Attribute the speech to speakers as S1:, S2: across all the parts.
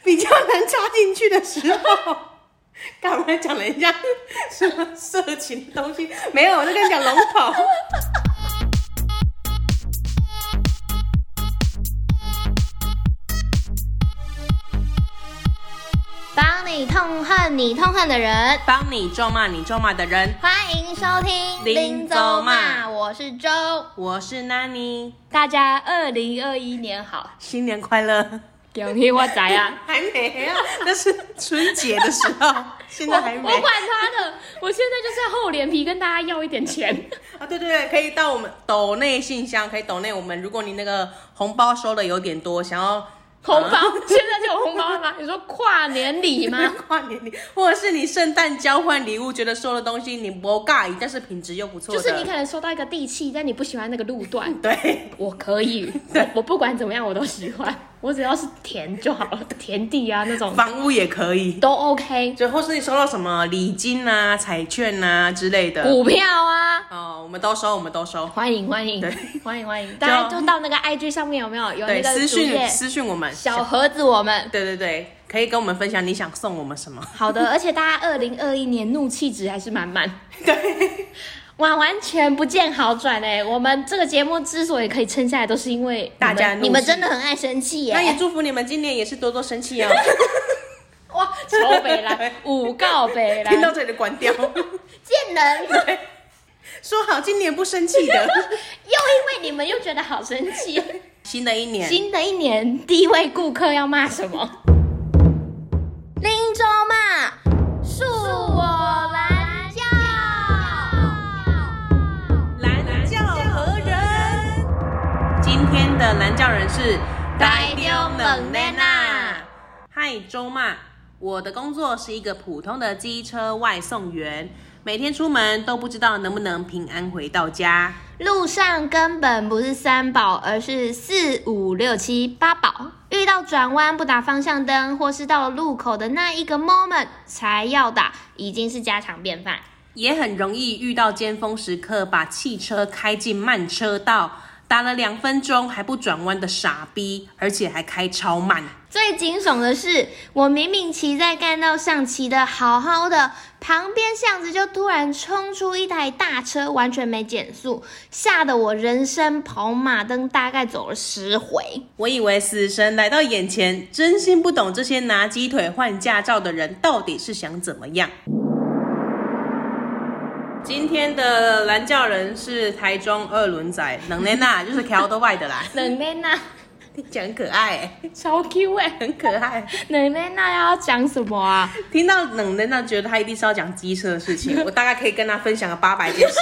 S1: 进去的时候， 干嘛讲人家什么色情的东西？没有，我在跟你讲龙袍。
S2: 帮你痛恨你痛恨的人。
S1: 帮你咒骂你咒骂的人，
S2: 欢迎收听
S1: 林州骂
S2: 我是周。
S1: 我是 Nani，
S2: 大家二零二一年好，
S1: 新年快乐！
S2: 恭喜发财啊！
S1: 还没啊，那是春节的时 候，现
S3: 我
S1: 在
S3: 我
S1: 还没
S3: 管他的，我现在就是要厚脸皮跟大家要一点钱。
S1: 啊。对对对，可以到我们抖内信箱，可以抖内我们。如果你那个红包收的有点多，想要
S3: 红
S1: 啊
S3: 包、现在就有红包了吗？你说跨年 礼吗？
S1: 跨年礼，或者是你圣诞交换礼物，觉得收的东西你不尬意，但是品质又不错
S3: 就
S1: 的，
S3: 是你可能收到一个地契，但你不喜欢那个路段，
S1: 对
S3: 我可以，我我不管怎么样我都喜欢，我只要是田就好了，田地啊那种
S1: 房屋也可以，
S3: 都 OK，
S1: 就或是你收到什么礼金啊、彩券啊之类的，
S3: 股票啊。
S1: 哦，我们都收，我们都收。
S3: 欢迎欢迎
S1: 对
S3: 欢迎欢迎，大家就到那个 IG 上面有没有有那
S1: 对，
S3: 个
S1: 私
S3: 主页
S1: 讯私讯我们，
S3: 小盒子我们
S1: 对对对，可以跟我们分享你想送我们什么。
S3: 好的，而且大家二零二一年怒气值还是满满。对。完完全不见好转哎、我们这个节目之所以可以撑下来，都是因为你们
S1: 大家怒气
S2: 你们真的很爱生气耶、
S1: 那也祝福你们今年也是多多生气哦。
S3: 哇，超北 兰，五告北
S1: 听到
S3: 兰，
S1: 这里就关掉，
S2: 贱人， 又因
S1: 说好今年不生气的。
S2: 为
S3: 你们又觉得好生 气。
S1: 新的一年，
S3: 新的一年，第一位顾客要骂什 么？
S2: 林州骂，恕我蓝教。
S1: 蓝教何人？今天的蓝教人是
S2: 台中冷奶奶。
S1: 嗨，周妈，我的工作是一个普通的机车外送员，每天出门都不知道能不能平安回到家。
S2: 路上根本不是三宝，而是四五六七八宝。遇到转弯不打方向灯，或是到了路口的那一个 moment 才要打，已经是家常便饭。
S1: 也很容易遇到尖峰时刻，把汽车开进慢车道，打了两分钟还不转弯的傻逼，而且还开超慢。
S2: 最惊悚的是，我明明骑在干道上骑得好好的，旁边巷子就突然冲出一台大车，完全没减速，吓得我人生跑马灯大概走了十回。
S1: 我以为死神来到眼前，真心不懂这些拿鸡腿换驾照的人到底是想怎么样。今天的蓝教人是台中二轮仔冷内 娜，就是条都外的啦，
S3: 冷奈娜，
S1: 听起来很可爱、
S3: 超 Q 哎、
S1: 很可爱。
S3: 冷奈娜要讲什么啊？
S1: 听到冷内娜，觉得他一定是要讲机车的事 情，我大概可以跟他分享个八百件事。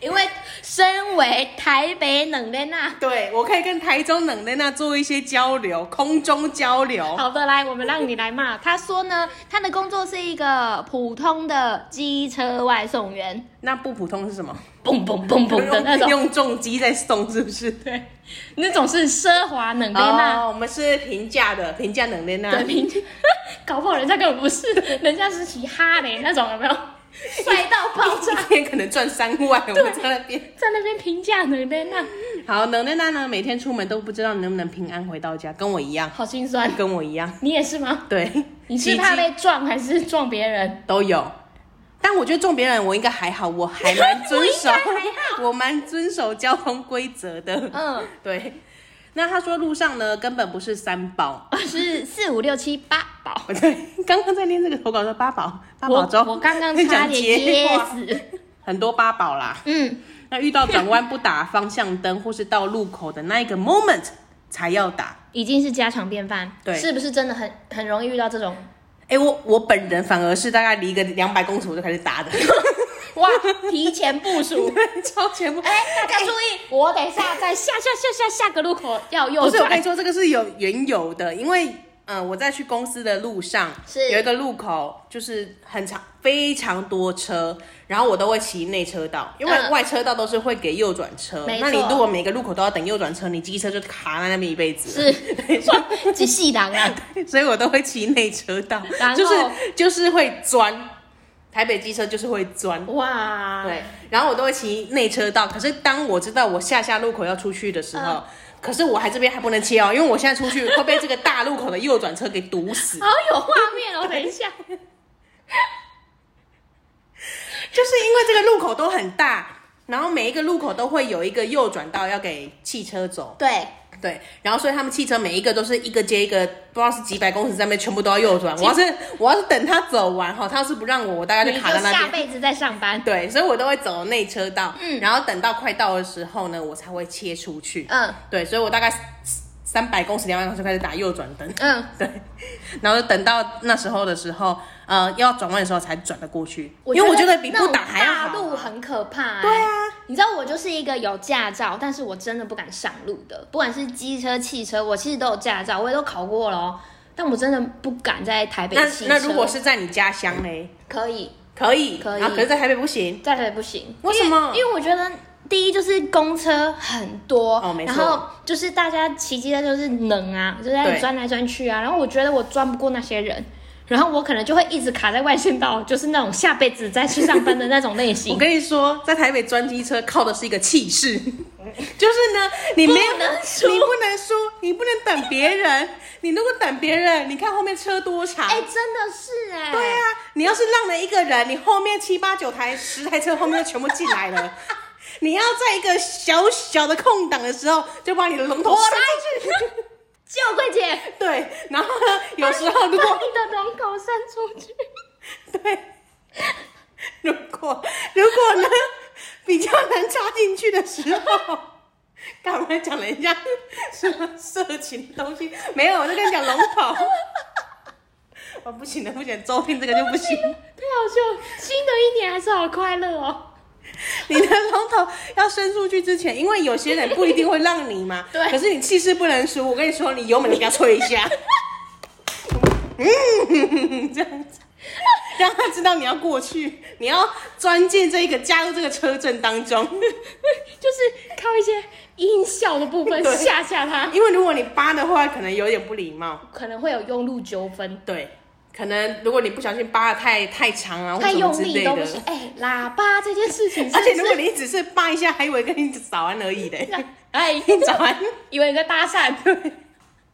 S3: 因为身为台北冷奈娜，
S1: 对，我可以跟台中冷的那做一些交流，空中交流。
S3: 好的，来，我们让你来 骂
S2: 他说呢，他的工作是一个普通的机车外送员，
S1: 那不普通是什么？
S3: 蹦蹦蹦蹦的那
S1: 用
S3: 种，
S1: 用重机在送是不是？对，
S3: 那种是奢华冷奈娜。
S1: 哦我们是平价的，平价冷的那
S3: 的。名， 搞不好人家根本不是，人家是骑哈雷那种，有没有？帅到爆炸，
S1: 一天可能赚三万，我们在那边。
S3: 在那边评价冷奈娜，
S1: 好，冷的那呢，每天出门都不知道能不能平安回到家，跟我一样，
S3: 好心酸。
S1: 跟我一样，
S3: 你也是吗？
S1: 对，
S3: 你
S1: 奇
S3: 是
S1: 迹
S3: 怕被撞还是撞别人？
S1: 都有。但我觉得撞别人，我应该还好，我还蛮遵守，我蛮遵守交通规则的。
S3: 嗯，
S1: 对，那他说路上呢，根本不是三宝，
S2: 是四五六七八宝。
S1: 我在刚刚在念这个投稿说八宝八
S3: 我
S1: 宝粥，
S3: 我刚刚差
S1: 想
S3: 点
S1: 接
S3: 噎
S1: 话
S3: 死。
S1: 很多八宝啦。
S2: 嗯，
S1: 那遇到转弯不打方向灯或是到路口的那一个 moment 才要打。
S2: 已经是家常便饭。
S1: 对
S2: 是不是真的很很容易遇到这种？
S1: 哎、我我本人反而是大概离个两百公尺我就开始打 的，
S2: 哇，提前部 署。
S1: 超前不。
S2: 哎、大家注意，
S3: 我等一下再下下下下下个路口要右
S1: 不是，我跟
S3: 转
S1: 你，说，这个是有缘由的，因为呃，我在去公司的路上，
S2: 是
S1: 有一个路口，就是很长，非常多车，然后我都会骑内车道，因为
S2: 嗯
S1: 外车道都是会给右转车。
S2: 没
S1: 那你
S2: 错
S1: 如果每个路口都要等右转车，你机车就卡在那边一辈子。
S2: 是是细狼啊，
S1: 所以我都会骑内车道
S3: 然，后
S1: 就是就是会钻，台北机车就是会钻。
S3: 哇，嗯
S1: 对，然后我都会骑内车道。可是当我知道我下下路口要出去的时候，可是我还这边还不能切哦，因为我现在出去会被这个大路口的右转车给堵死。
S3: 好有画面哦！等一下，
S1: 就是因为这个路口都很大，然后每一个路口都会有一个右转道要给汽车走，
S2: 对，
S1: 对，然后所以他们汽车每一个都是一个接一个，不知道是几百公尺在那边全部都要右转。我要是我要是等他走完哈，他要是不让我，我大概
S3: 你
S1: 就
S3: 就
S1: 卡在那
S3: 下
S1: 边。
S3: 辈子再上 班。
S1: 对，所以我都会走内车道，
S2: 嗯
S1: 然后等到快到的时候呢，我才会切出去。
S2: 嗯
S1: 对，所以我大概三百公尺、两百公尺就开始打右转灯，
S2: 嗯，
S1: 对，然后等到那时候的时候，呃，要转弯的时候才转得过去，
S3: 我
S1: 因为我觉得比不打还要
S3: 那
S1: 好、啊
S3: 种大路很可怕、欸。
S1: 对啊，
S3: 你知道我就是一个有驾照，但是我真的不敢上路的，不管是机车、汽车，我其实都有驾照，我也都考过了哦，但我真的不敢在台北
S1: 那
S3: 骑车。
S1: 那如果是在你家乡嘞，
S3: 可以，
S1: 可以，
S3: 可以
S1: 啊，可是在台北不行。
S3: 在台北不行，
S1: 为什么
S3: 因为因为我觉得。第一就是公车很多，
S1: 哦没错
S3: 然后就是大家骑机车就是能啊，就在那
S1: 对
S3: 里钻来钻去啊。然后我觉得我钻不过那些人，然后我可能就会一直卡在外线道，就是那种下辈子再去上班的那种类型
S1: 我。跟你说，在台北专机车靠的是一个气势， 就是呢，你没有，
S3: 不能输
S1: 你不能输，你不能等别人，你如果等别人，你看后面车多长。
S3: 哎、真的是哎、
S1: 对啊，你要是让了一个人，你后面七八九台、十台车后面就全部进来 了。你要在一个小小的空档的时候，就把你的龙头塞进去。
S3: 叫柜姐，
S1: 对，然后呢，有时候如
S3: 把
S1: 果
S3: 你的龙口伸出去。
S1: 对，如果如果呢比较难插进去的时候， 干嘛讲人家什么色情的东西？没有，我就跟你讲龙头。 哦，不行了，不行了，周聘这个就不行。
S3: 太
S2: 啊
S3: 好笑了，新的一年还是好快乐 哦。
S1: 你的龙头要伸出去之前，因为有些人不一定会让你嘛。
S3: 对
S1: 可是你气势不能输，我跟你说，你油门你给他吹一下。嗯， 这样子，让他知道你要过去，你要钻进这一个加入这个车阵当 中。
S3: 就是靠一些音效的部分
S1: 对
S3: 吓吓他，
S1: 因为如果你扒的话，可能有点不礼貌。
S3: 可能会有用路纠纷，
S1: 对，可能如果你不小心扒的太太长啊，或
S3: 太
S1: 什么
S3: 用
S1: 之类
S3: 力都不
S1: 的。
S3: 行。哎、喇叭这件事情是
S1: 而
S3: 不
S1: 且如果
S3: 是？
S1: 你只是扒一下，还以为跟你早安而已 嘞。
S3: 哎，
S1: 早安。
S3: 以为你在 搭讪，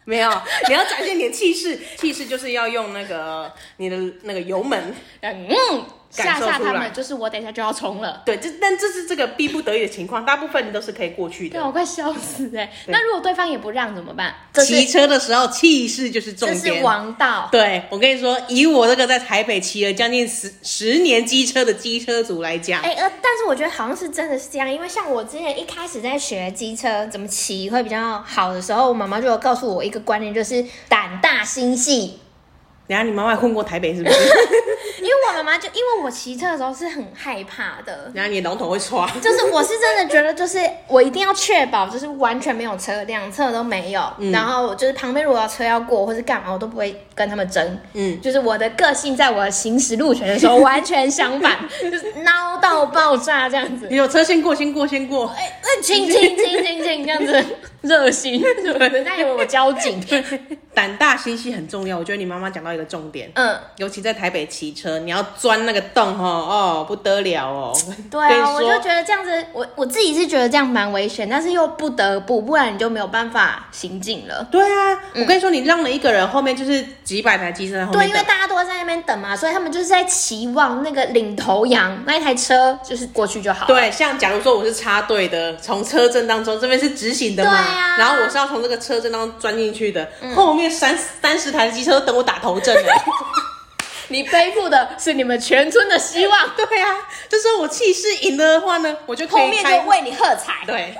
S1: 没有，你要展现你的气势， 气势就是要用那个你的那个油门，
S3: 嗯，吓
S1: 感受
S3: 吓
S1: 出
S3: 他
S1: 来
S3: 们，就是我等一下就要冲了。
S1: 对，这但这是这个逼不得已的情况，大部分人都是可以过去
S3: 对，啊
S1: 的。
S3: 我快笑死
S2: 欸
S3: 哎、
S1: 对
S3: 那如果对方也不让怎么办？这
S1: 骑
S3: 是
S1: 车的时候气势就是重
S3: 这
S1: 点
S3: 是。王道，
S1: 对，我跟你说，以我这个在台北骑了将近十十年机车的机车族来讲，
S2: 哎、呃，但是我觉得好像是真的是这样，因为像我之前一开始在学机车怎么骑会比较好的时候，我妈妈就有告诉我一个观念，就是胆大心细。
S1: 然后你妈妈混过台北是不是？
S2: 因为我妈妈就因为我骑车的时候是很害怕的，
S1: 然后你的龙头会刷。
S2: 就是我是真的觉得，就是我一定要确保，就是完全没有车，两侧都没有。然后就是旁边如果有车要过或是干嘛，我都不会跟他们争。
S1: 嗯，
S2: 就是我的个性在我行驶路权的时候完全相反，就是 孬到爆炸这样子。
S1: 你有车先过，先过，先过。
S2: 哎、哎，亲亲亲亲亲这样子， 热心，人家以为我交警。
S1: 胆大心细很重要，我觉得你妈妈讲到一个重点。
S2: 嗯，
S1: 尤其在台北骑车，你要钻那个洞哦，哦不得了哦。
S2: 对
S1: 跟你
S2: 啊，
S1: 说
S2: 我就觉得这样子，我我自己是觉得这样蛮危险，但是又不得不，不然你就没有办法行进了。
S1: 对啊，我跟你说，你让了一个人，后面就是几百台机车在后
S2: 嗯对，
S1: 面
S2: 因为
S1: 等。
S2: 大家都在那边等嘛，所以他们就是在期望那个领头羊那一台车就是过去就好了。
S1: 对，像假如说我是插队的，从车阵当中这边是直行的嘛，
S2: 对啊嗯
S1: 然后我是要从这个车阵当中钻进去的，后面三三十台机车都等我打头阵了。
S3: 你背负的是你们全村的希望，
S1: 对啊，这时候我气势赢了的话呢，我就可
S2: 后
S1: 以
S2: 面
S1: 开
S2: 就为你喝彩。
S1: 对。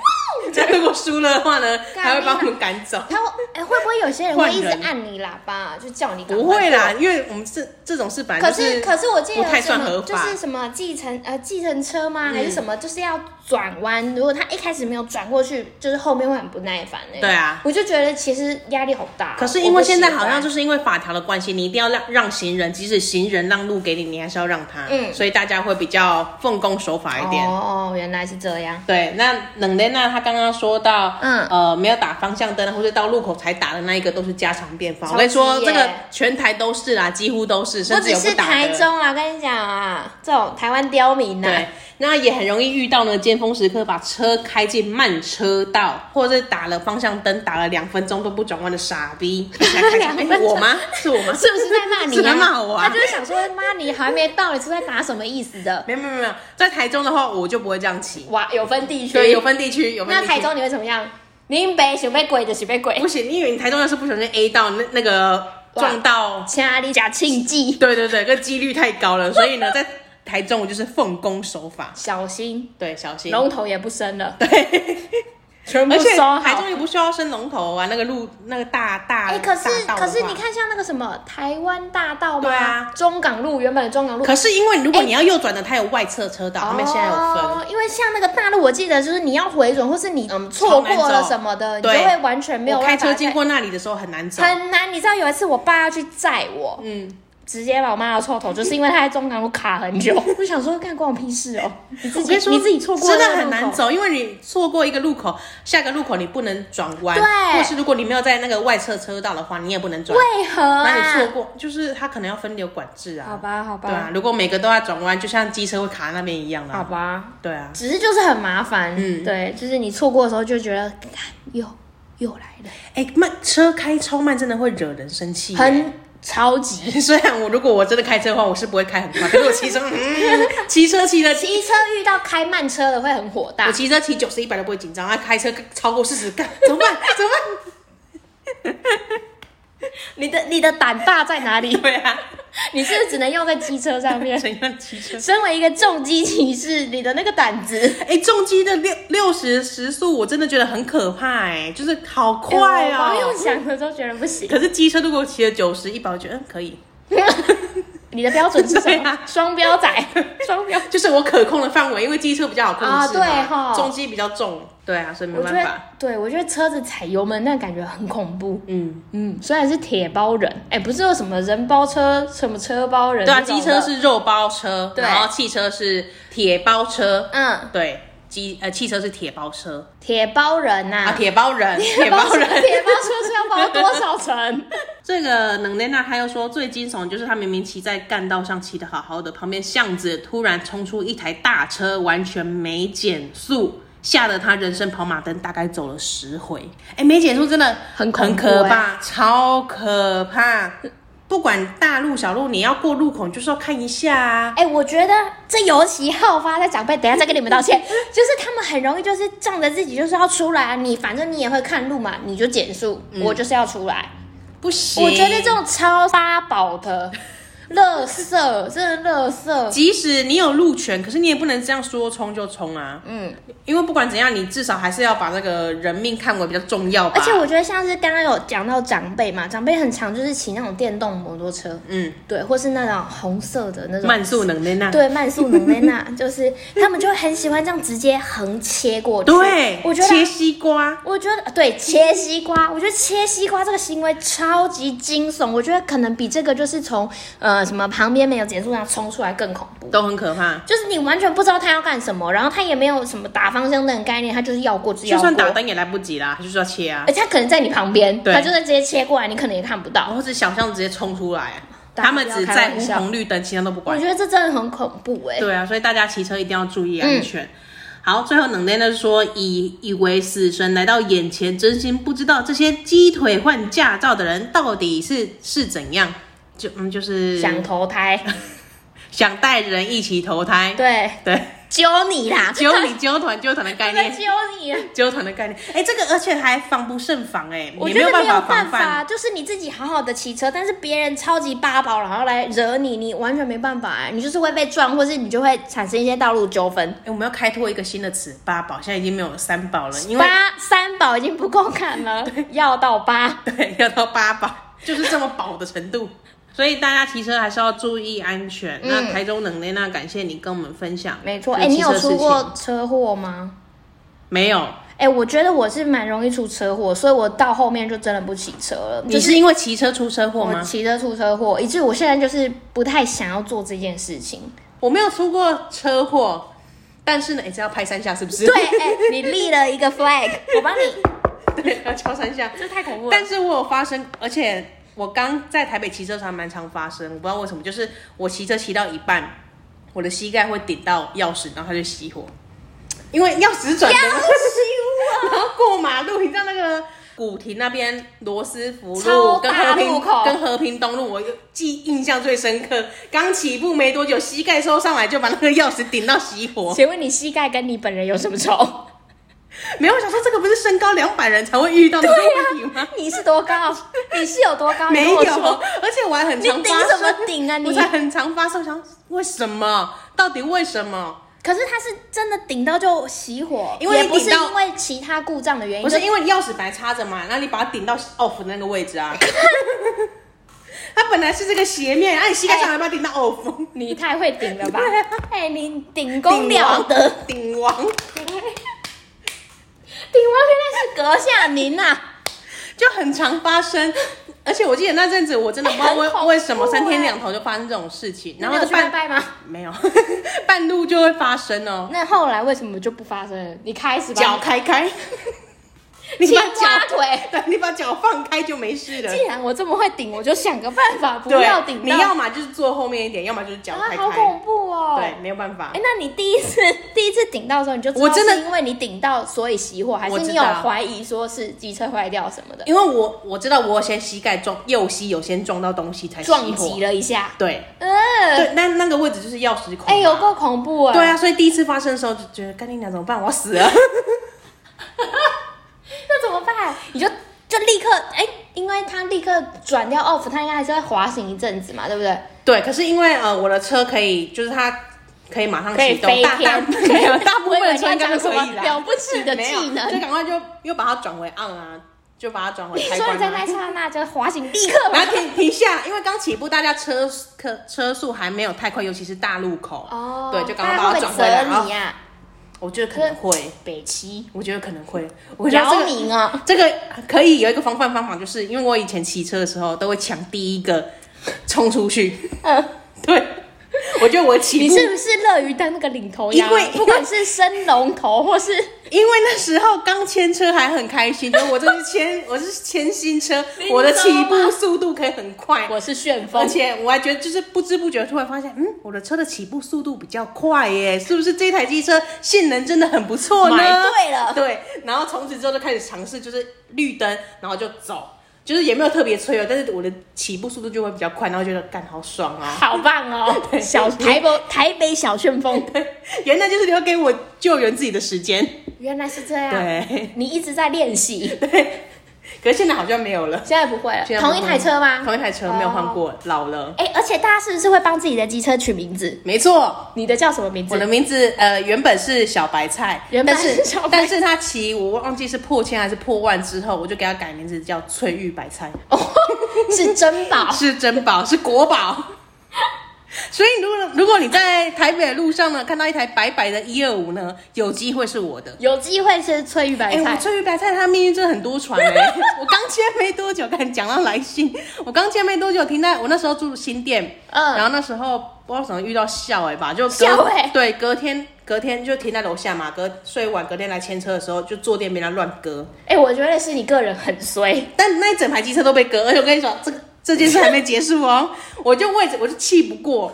S1: 这如果输了的话呢，
S2: 干
S1: 还会把我们赶走。
S2: 他会哎、会不会有些人会一直
S1: 换人
S2: 按你喇叭、就叫你？
S1: 不会啦，。因为我们这这种事本来
S2: 可
S1: 就是
S2: 可是我记得
S1: 不太
S2: 有什
S1: 算
S2: 么
S1: 合
S2: 就
S1: 法
S2: 是什么计程呃计程车吗？还是什么？就是要转弯，如果他一开始没有转过去，就是后面会很不耐烦哎、
S1: 对啊
S2: 我就觉得其实压力好大哦、哦
S1: 可是因为现在好像就是是因为法条的关系，你一定要让让行人，即使行人让路给你，你还是要让他。
S2: 嗯哦
S1: 所以大家会比较奉公守法一点。
S2: 哦，原来是这样。
S1: 对，那冷莲娜她刚刚说到，
S3: 嗯
S1: 呃，没有打方向灯啊，或者到路口才打的那一个，都是家常便饭。
S2: 超
S1: 我跟你说，
S2: 级耶
S1: 这个全台都是啦，几乎都是，
S2: 不
S1: 甚至
S2: 只
S1: 有
S2: 是
S1: 不打
S2: 台
S1: 的。
S2: 中啊，跟你讲啊，这种台湾刁民啊呐、
S1: 对，那也很容易遇到呢，尖峰时刻把车开进慢车道，或者是打了方向灯，打了两分钟都不转弯的傻 逼。两
S2: 分钟
S1: 哎我吗？是 我吗？
S2: 是不是在骂你、
S1: 是
S2: 啊？
S1: 在骂我啊
S2: 他就是想说，妈，你还没到，你出来打什么意思的？
S1: 没有没有没有，在台中的话，我就不会这样骑。
S2: 哇，有分地区，
S1: 对，有分地区，有分地
S2: 那
S1: 区。
S2: 台中你会怎么样？林北想被鬼就想被鬼
S1: 不，行，因为你台中要是不小心 A 到那那个撞到，
S2: 掐你假庆忌，
S1: 对对对，这个几率太高了，所以呢，在台中我就是奉公守法，
S2: 小心
S1: 对，小心。
S2: 龙头也不生了，
S1: 对，
S2: 全
S1: 而且
S2: 收好。
S1: 台中也不需要伸龙头啊，那个路那个大大，
S2: 哎、可是
S1: 大道啊的
S2: 可
S1: 话
S2: 是你，看像那个什么台湾大道嘛，
S1: 对啊
S2: 中港路原本的中港路，
S1: 可是因为如果你要右转的，它有外侧车道，他们现在有分。
S2: 哎哦，因为像那个大陆，我记得就是你要回转，或是你嗯错过了什么的，你就
S1: 对
S2: 会完全没有
S1: 我
S2: 办法
S1: 开车经过那里的时候很难走，
S2: 很难。你知道有一次我爸要去载我，
S1: 嗯，
S2: 直接把我骂到臭头，就是因为他在中港路卡很久。我想说，干关我屁事哦，你 自
S1: 我跟
S2: 己
S1: 说
S2: 你自己错过
S1: 真
S2: 那个
S1: 的很
S2: 路口
S1: 难。走，因为你错过一个路口，下个路口你不能转弯，
S2: 对
S1: 或是如果你没有在那个外侧车道的话，你也不能转弯
S2: 为何
S1: 那你错
S2: 啊？
S1: 过，就是他可能要分流管制啊。
S2: 好，吧，好吧，
S1: 对啊，如果每个都要转弯，就像机车会卡那边一样
S2: 好
S1: 啊。
S2: 吧，
S1: 对啊，
S2: 只是就是很麻烦。
S1: 嗯
S2: 对，就是你错过的时候就觉得，干又又来了，
S1: 哎、慢车开超慢真的会惹人生气耶。
S2: 很超级。
S1: 虽然我如果我真的开车的话，我是不会开很快，可是我 骑车，嗯，骑车骑的，
S2: 骑车遇到开慢车的会很火大
S1: 我，骑车骑九十一百都不会紧张，那开车超过四十，干怎么办？怎么办？
S2: 你的你的胆大在哪 里？
S1: 对啊，
S2: 你是不是只能用在机车上面？
S1: 怎样骑车？
S2: 身为一个重机骑士，你的那个胆子，
S1: 哎、重机的六六十时速，我真的觉得很可怕哎、就是好快
S2: 哎我
S1: 哦、
S2: 光用想的都觉得不行。
S1: 可是机车如果骑了九十一百，我觉得嗯可以，
S2: 你的标准是什
S1: 对
S2: 么
S1: 啊？
S2: 双标仔， 双标。
S1: 就是我可控的范围，因为机车比较好控制嘛，
S2: 啊对吼
S1: 重机比较重，对啊，所以没
S2: 我觉
S1: 办
S2: 得
S1: 法。，
S2: 对我觉得车子踩油门那感觉很恐怖。
S1: 嗯，
S2: 嗯，虽然是铁包人，哎、不是有什么人包车，什么车包人
S1: 对啊，
S2: 这种
S1: 机
S2: 的
S1: 车是肉包车，
S2: 对
S1: 然后汽车是铁包车，
S2: 嗯
S1: 对，机呃汽车是铁包车
S2: 铁包人呐、
S1: 啊，铁包人，铁包
S2: 车
S1: 人。
S2: 嗯铁包车是要包多少层？
S1: 这个能奈娜她又说最惊悚的就是她明明骑在干道上骑得好好的，旁边巷子突然冲出一台大车，完全没减速。吓得她人生跑马灯大概走了十回，哎，没减速真的
S2: 很恐
S1: 很
S2: 怖欸
S1: 可怕，超可怕。不管大路小路，你要过路口你就是要看一下啊。
S2: 哎、我觉得这尤其好发在长辈，等一下再跟你们道歉， 就是他们很容易就是仗着自己就是要出来啊，你反正你也会看路嘛，你就减速，
S1: 嗯
S2: 我就是要出来。
S1: 不行，
S2: 我觉得这种超八宝的，乐色，真的乐色。
S1: 即使你有路权，可是你也不能这样说冲就冲啊。
S2: 嗯，
S1: 因为不管怎样，你至少还是要把那个人命看为比较重要吧。
S2: 而且我觉得像是刚刚有讲到长辈嘛，长辈很常就是骑那种电动摩托车，
S1: 嗯，
S2: 对，或是那种红色的那种
S1: 慢速能耐那
S2: 对，慢速能耐那， 就是他们就会很喜欢这样直接横切过去。
S1: 对，
S2: 我觉得
S1: 切西瓜，
S2: 我觉得呃对切西瓜，我觉得切西瓜这个行为超级惊悚，我觉得可能比这个就是从呃什么旁边没有减速然后冲出来更恐怖。
S1: 都很可怕。
S2: 就是你完全不知道他要干什么，然后他也没有什么打方向灯的概念，他就是要过就
S1: 就
S2: 要过，哎
S1: 算打灯也来不及啦，就是要切啊
S2: 而，且他可能在你旁边，
S1: 对
S2: 他就是直接切过来，你可能也看不
S1: 然
S2: 到。
S1: 后是小巷直接冲出来，
S2: 大家
S1: 他
S2: 不要
S1: 们只
S2: 开
S1: 在
S2: 玩
S1: 乎
S2: 笑
S1: 红绿灯，其他都不
S2: 我
S1: 管。
S2: 觉得这真的很恐怖哎、
S1: 对啊，所以大家骑车一定要注意
S2: 嗯
S1: 安全。好，最后冷奈呢说，以以为死神来到眼前，真心不知道这些鸡腿换驾照的人到底是是怎样，就嗯就是
S2: 想投胎，
S1: 想带着人一起投胎，
S2: 对，
S1: 对，
S2: 揪你啦，
S1: 揪你揪团揪团的概
S2: 真的
S1: 念，
S2: 揪你啦。
S1: 揪团的概念，哎、这个而且还防不胜防、哎，
S2: 我
S1: 你
S2: 觉
S1: 没
S2: 得
S1: 有
S2: 没
S1: 办法
S2: 有办
S1: 防
S2: 法，
S1: 范，
S2: 就是你自己好好的骑车，但是别人超级八宝，然后来惹你，你完全没办法、哎，你就是会被撞，或是你就会产生一些道路纠纷。
S1: 哎、我们要开拓一个新的词，八宝，现在已经没有三宝了，因为
S2: 八三宝已经不够 看了，要到八。
S1: 对要到八 宝，就是这么饱的程度。所以大家骑车还是要注意安全。那台中冷内娜，感谢你跟我们分享。
S2: 嗯没错，哎、你
S1: 骑车
S2: 有
S1: 的事
S2: 出
S1: 情
S2: 过车祸吗？
S1: 没有？
S2: 哎、我觉得我是蛮容易出车祸，所以我到后面就真的不骑车了。
S1: 你是因为骑车出车祸
S2: 我
S1: 吗？
S2: 骑车出车祸，以至于 我现在就是不太想要做这件事情。
S1: 我没有出过车祸，但是呢，也是要拍三下，是不是？
S3: 对，哎、你立了一个 flag，我帮你，
S1: 对， 要敲三下。
S2: 这太恐怖了。
S1: 但是我有发生，而且我刚在台北骑车的时候还蛮常发生，我不知道为什么，就是我骑车骑到一半，我的膝盖会顶到钥匙，然后它就熄火，因为钥匙转的，然后过马路，你知道那个古亭那边罗斯福
S2: 超
S1: 路跟
S2: 大
S1: 和
S2: 路
S1: 平
S2: 口
S1: 跟和平东路，我记印象最深刻，刚起步没多久，膝盖收上来就把那个钥匙顶到熄 火，
S2: 请问你膝盖跟你本人有什么仇？
S1: 没有我想说这个不是身高两百人才会遇到的
S2: 啊
S1: 问题吗？
S2: 你是多高？ 你是有多高？你
S1: 没
S2: 跟
S1: 有，
S2: 我说，
S1: 而且我还很
S2: 你
S1: 常
S2: 顶
S1: 发
S2: 什么
S1: 生，
S2: 顶啊你
S1: 我？才很常发生，我想为什么？到底为什么？
S2: 可是他是真的顶到就熄火，
S1: 因为
S2: 也
S1: 你
S2: 不是
S1: 顶到
S2: 因为其他故障的原因，
S1: 不是
S2: 就
S1: 因为你钥匙本来插着嘛，然后你把它顶到 off 的那个位置 啊。它本来是这个斜面，啊然后你膝盖上还把它
S2: 哎
S1: 顶到 off，
S2: 你太会顶 了吧？ 哎、你顶功
S1: 顶
S2: 了
S1: 王
S2: 得，顶
S1: 顶王。
S2: 王原来是阁下您啊呐、
S1: 就很常发生。而且我记得那阵子，我真的不知道
S2: 哎很恐怖
S1: 为为什么
S2: 哎
S1: 三天两头就发生这种事情，然
S2: 你
S1: 后
S2: 有去拜
S1: 半
S2: 拜吗？
S1: 没有 半路就会发生哦，
S2: 那后来为什么就不发生了？你开始吧，
S1: 脚开开，你
S2: 青
S1: 把
S2: 蛙
S1: 脚
S2: 腿。
S1: 对，你把脚放开就没事了。
S2: 既然我这么会顶，我就想个办法不
S1: 对，
S2: 要顶到。
S1: 你要么就是坐后面一点，要么就是脚
S2: 啊，
S1: 开
S2: 好
S1: 开。
S2: 恐怖哦！
S1: 对，没有办法
S2: 哎、。那你第一次第一次顶到的时候，你就知道
S1: 我真的
S2: 是因为你顶到所以熄火，还是
S1: 我知道
S2: 你有怀疑说是机车坏掉什么的，
S1: 因为我我知道我有些膝盖撞右膝有先撞到东西才熄
S2: 撞
S1: 火
S2: 击。了一下？
S1: 对
S2: 嗯，
S1: 对，那那个位置就是钥匙孔。
S2: 哎、有够恐怖哎、
S1: 对啊，所以第一次发生的时候就觉得，干你娘怎么办？我要死 了。
S2: 那怎么办？你就就立刻哎、因为它立刻转掉 off，它应该还是会滑行一阵子嘛，对不对？
S1: 对，可是因为呃，我的车可以，就是它可以马上
S2: 可以
S1: 启动，
S2: 飞
S1: 大大
S2: 天
S1: 没有大部分
S2: 我以为
S1: 的
S2: 你
S1: 车
S2: 要
S1: 应该
S2: 讲
S1: 都
S2: 什
S1: 可
S2: 么
S1: 以啦，
S2: 了不起的
S1: 没有
S2: 技能
S1: 就赶快就又把它转回 on 啊，就把它转回开
S2: 所以
S1: 关
S2: 在
S1: 啊、
S2: 那刹那就滑行，立 刻
S1: 然
S2: 把
S1: 后停停下，因为刚起步，大家车车车速还没有太快，尤其是大路口。
S2: 哦，
S1: 对，就赶快
S2: 它
S1: 把
S2: 会
S1: 它转
S2: 不会
S1: 回来。然
S2: 折
S1: 后
S2: 你啊，
S1: 我觉得可能会，
S2: 北齐
S1: 我觉得可能会。我觉得这
S2: 饶
S1: 个
S2: 你啊！
S1: 这个可以有一个防范方法，就是因为我以前骑车的时候都会抢第一个冲出去。
S2: 嗯，
S1: 对，我觉得我起
S2: 你
S1: 步
S2: 是不是乐于当那个领头羊？
S1: 因为
S2: 不管是升龙头或是
S1: 因为那时候刚牵车还很开心，因为我这是牵我是牵新车，我的起步速度可以很快，
S2: 我是旋
S1: 而
S2: 风，
S1: 且我还觉得就是不知不觉突然发现，嗯，我的车的起步速度比较快耶，是不是这台机车性能真的很不错呢？
S2: 买对了
S1: 对，然后从此之后就开始尝试，就是绿灯，然后就走。就是也没有特别催哦，但是我的起步速度就会比较快，然后觉得干好爽啊！
S2: 好棒哦！小台北台北小旋风，
S1: 原来就是留给我救援自己的时间，
S2: 原来是这样，
S1: 对。
S2: 你一直在练习，
S1: 可是现在好像没有了，
S2: 现在不会了，
S1: 现在不
S2: 同
S1: 会
S2: 一台车吗？
S1: 同一台车没有换过，老了。
S2: 哎、而且大家是不是会帮自己的机车取名字？
S1: 没错，
S2: 你的叫什么名
S1: 我的
S2: 字？
S1: 名字呃原本是小白菜，
S2: 原本
S1: 但
S2: 是
S1: 是
S2: 小白
S1: 但
S2: 菜
S1: 是他骑我忘记是破千还是破万之后，我就给他改名字叫翠玉白菜，。
S2: 是珍宝
S1: 是珍宝，是国宝。 所以如果如果你在台北的路上呢，看到一台白白的一二五呢，有机会是我的。
S2: 有机会是翠玉白
S1: 哎、
S2: 菜，
S1: 我翠玉白菜，它命运真的很多舛哎、 我刚签没多久， 刚讲到来信，我刚签没多久，停在我那时候住新店，
S2: 嗯
S1: 然后那时候不知道怎么遇到校哎、吧，就隔
S2: 校欸
S1: 对，隔天隔天就停在楼下嘛，隔睡晚隔天来牵车的时候就坐店被他乱割，
S2: 哎、我觉得是你个人很衰，
S1: 但那一整排机车都被割，而且我跟你说，这个这件事还没结束哦， 我就位置我就气不过。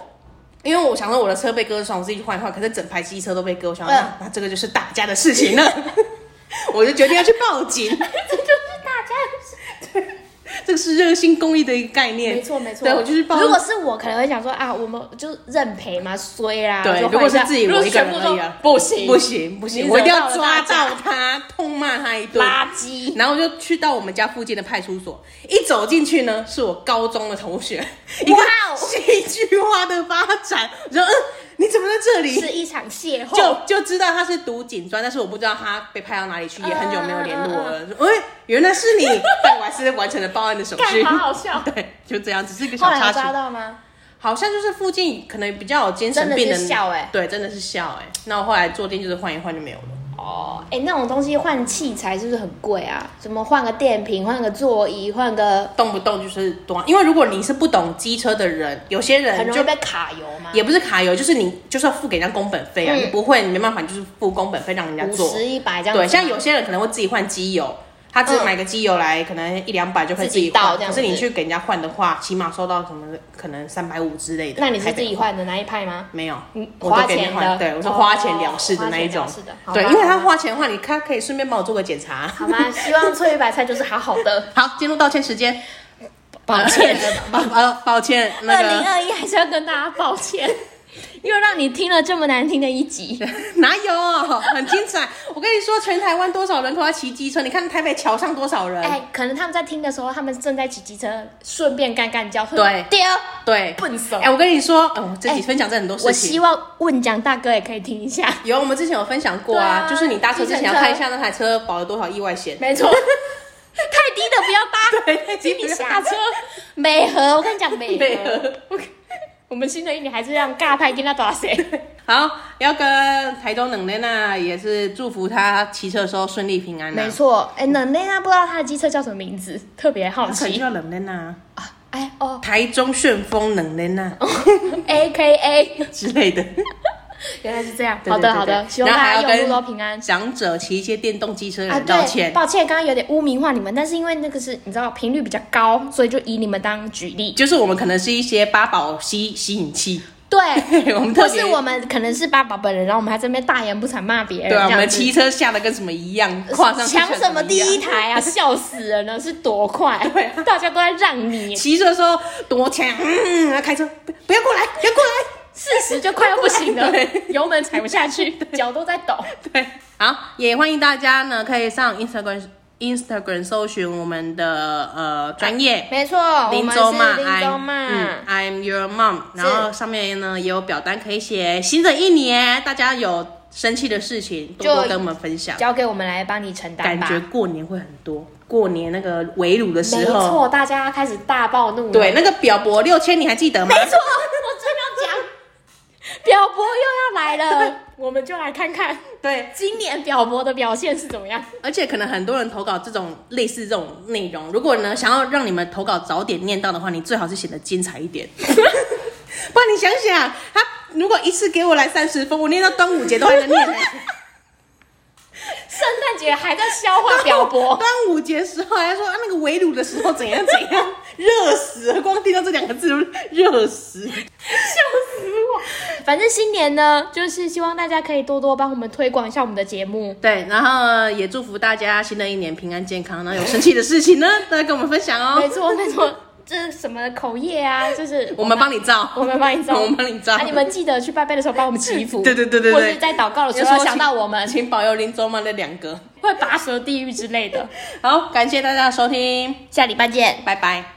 S1: 因为我想说我的车被割伤，我自己去换一换，可是整排机车都被割，我想说、
S2: 嗯
S1: 那那这个就是打架的事情了， 我就决定要去报警。
S2: 这就是大家
S1: 这个是热心公益的一个概念，
S2: 没错没错。
S1: 对我就是报。
S2: 如果是我，可能会想说啊，我们就认赔嘛，衰啦。
S1: 对
S2: 我就
S1: 如
S2: 换一
S1: 果是
S2: 下
S1: 自己我一个人
S2: 如果全部都
S1: 而已啊
S2: 不行
S1: 不行不
S2: 你
S1: 行，
S2: 惹
S1: 我一定
S2: 到
S1: 要
S2: 了
S1: 抓
S2: 大
S1: 到他，痛骂他一顿。
S2: 垃圾，
S1: 然后我就去到我们家附近的派出所，一走进去呢，是我高中的同学，一个
S2: 哇哦
S1: 戏剧化的发展。我说，嗯，你怎么在这里？
S2: 是哦一场邂逅。
S1: 就就知道他是读警专，但是我不知道他被派到哪里
S2: 呃
S1: 去，也很久没有联络了。说，哎，原来是 你，但我还是完成了报案的手续
S2: 干，。好好笑。
S1: 对，就这样，只是一个小
S2: 后来有
S1: 插
S2: 抓
S1: 曲。
S2: 到吗？
S1: 好像就是附近可能比较有精神病
S2: 真的是笑欸
S1: 哎对，真的是笑哎、那我后来坐垫就是换一换就没有了。
S2: 哦、哦，哎，那种东西换器材是不是很贵啊？什么换个电瓶，换个座椅，换个
S1: 动不动就是多。因为如果你是不懂机车的人，有些
S2: 很
S1: 人
S2: 容易
S1: 就
S2: 被卡油嘛？
S1: 也不是卡油，就是你就是要付给人家工本费啊，
S2: 嗯
S1: 你不会，你没办法，你就是付工本费让人家
S2: 五
S1: 做。
S2: 十一百这样子
S1: 对，
S2: 吗。
S1: 像有些人可能会自己换机油，他只
S2: 嗯
S1: 买个机油来，可能一两百就可以
S2: 自己
S1: 换
S2: 倒这样
S1: 可
S2: 子
S1: 是你去给人家换的话，起码收到什么可能三百五之类的。
S2: 那你是
S1: 台北
S2: 自己换的那一派吗？
S1: 没有
S2: 嗯，
S1: 我都
S2: 花
S1: 给你
S2: 钱的
S1: 换，对我是花钱了事
S2: 哦
S1: 的那一种
S2: 花钱了事的好。吧
S1: 对，因为他花钱的话，你他可以顺便帮我做个检查。
S2: 好吧，希望翠玉白菜就是好好的。
S1: 好，进入道歉时间。
S2: 抱歉，
S1: 抱呃 抱歉，那
S2: 二零
S1: 个
S2: 二一还是要跟大家抱歉，又让你听了这么难听的一集。
S1: 哪有很精彩？我跟你说，全台湾多少人口要骑机车？你看台北桥上多少人？
S2: 哎、可能他们在听的时候，他们正在骑机车，顺便干干交。
S1: 对啊
S2: 丢
S1: 对，
S2: 笨手。
S1: 哎，我跟你说，嗯，我这
S2: 哎
S1: 己分享这很多事情。
S2: 我希望问蒋大哥也可以听一下。
S1: 有，我们之前有分享过啊，
S2: 对啊
S1: 就是你搭车之前
S2: 计
S1: 要
S2: 程车
S1: 看一下那台车保了多少意外 险。
S2: 没错，太低的不要搭。
S1: 对太低
S2: 请你
S1: 不要
S2: 下车。美和，我跟你讲美
S1: 配
S2: 和，
S1: 合。
S2: 我们新的一年还是让尬派跟他打谁？
S1: 好，要跟台中冷莲娜也是祝福她骑车的时候顺利平安、啊。
S2: 没，错，哎、冷内娜不知道他的机车叫什么名字，特别好
S1: 可能就
S2: 奇。
S1: 叫冷啊莲娜，
S2: 哎哦
S1: 台中旋风冷莲娜
S2: ，A K A，
S1: 之类的。
S2: 原来是这样。
S1: 对
S2: 好的
S1: 对对
S2: 好的，
S1: 对
S2: 希望
S1: 然后还
S2: 大
S1: 要
S2: 家用
S1: 跟
S2: 路都平安。
S1: 长者骑一些电动机车的
S2: 啊，
S1: 人嗯道
S2: 对，
S1: 歉，
S2: 抱歉，刚刚有点污名化你们，但是因为那个是你知道频率比较高，所以就以你们当举例。
S1: 就是我们可能是一些八宝吸吸引器，
S2: 对，
S1: 我们
S2: 或
S1: 特别
S2: 是我们可能是爸爸本人，然后我们还在那边大言不惭骂别人，
S1: 对啊，我
S2: 哎这
S1: 们
S2: 样子呃
S1: 骑车下的跟什么一样，跨上去
S2: 抢什么第
S1: 像
S2: 一
S1: 一样？
S2: 台啊，笑死人了，是多 快？对、
S1: 啊
S2: 大家都在让你，
S1: 骑车的时候多强，嗯，开车不不要过来，不要过来。
S2: 四十就快要不 行了
S1: 对，
S2: 油门踩不下去，脚都在抖。
S1: 对，好，也欢迎大家呢，可以上 Instagram Instagram 搜寻我们的呃专业。
S2: 没错，我
S1: 林
S2: 们
S1: 州嘛
S2: 是
S1: ，I'm
S2: 林州嘛。
S1: 嗯，I'm your mom。
S2: 是
S1: 然后上面呢也有表单可以写。新的一年，大家有生气的事情，多多
S2: 就
S1: 跟我们分享。
S2: 交给我们来帮你承担
S1: 感
S2: 吧。
S1: 觉过年会很多，过年那个围炉的
S2: 没
S1: 时候，
S2: 错，大家开始大暴怒了。
S1: 对，那个表伯六千，你还记得吗？
S2: 没错，我正要讲，表伯又要来了， 我们就来看看
S1: 对，
S2: 今年表伯的表现是怎么样。
S1: 而且可能很多人投稿这种类似这种内容，如果呢想要让你们投稿早点念到的话，你最好是写的精彩一 点。不然你想想，他如果一次给我来三十封，我念到端午节都还能念呢。
S2: 圣诞节还在消化表伯，
S1: 端午节的时候还说、啊、那个围炉的时候怎样怎样，热死了！光听到这两个字就热死。
S2: 反正新年呢，就是希望大家可以多多帮我们推广一下我们的节目。
S1: 对，然后也祝福大家新的一年平安健康。然后有生气的事情呢，都来跟我们分享
S2: 没
S1: 哦，
S2: 错，没错，这是什么口业啊？就是
S1: 我们帮你照。
S2: 我们帮你找，
S1: 我们帮你找
S2: 啊！你们记得去拜拜的时候帮我们祈福，
S1: 对对对对对
S2: 或是在祷告的时候要想到我们
S1: 请保佑林州妈的两个。
S2: 会拔舌地狱之类的。
S1: 好，感谢大家的收听，
S2: 下礼拜见。
S1: 拜拜。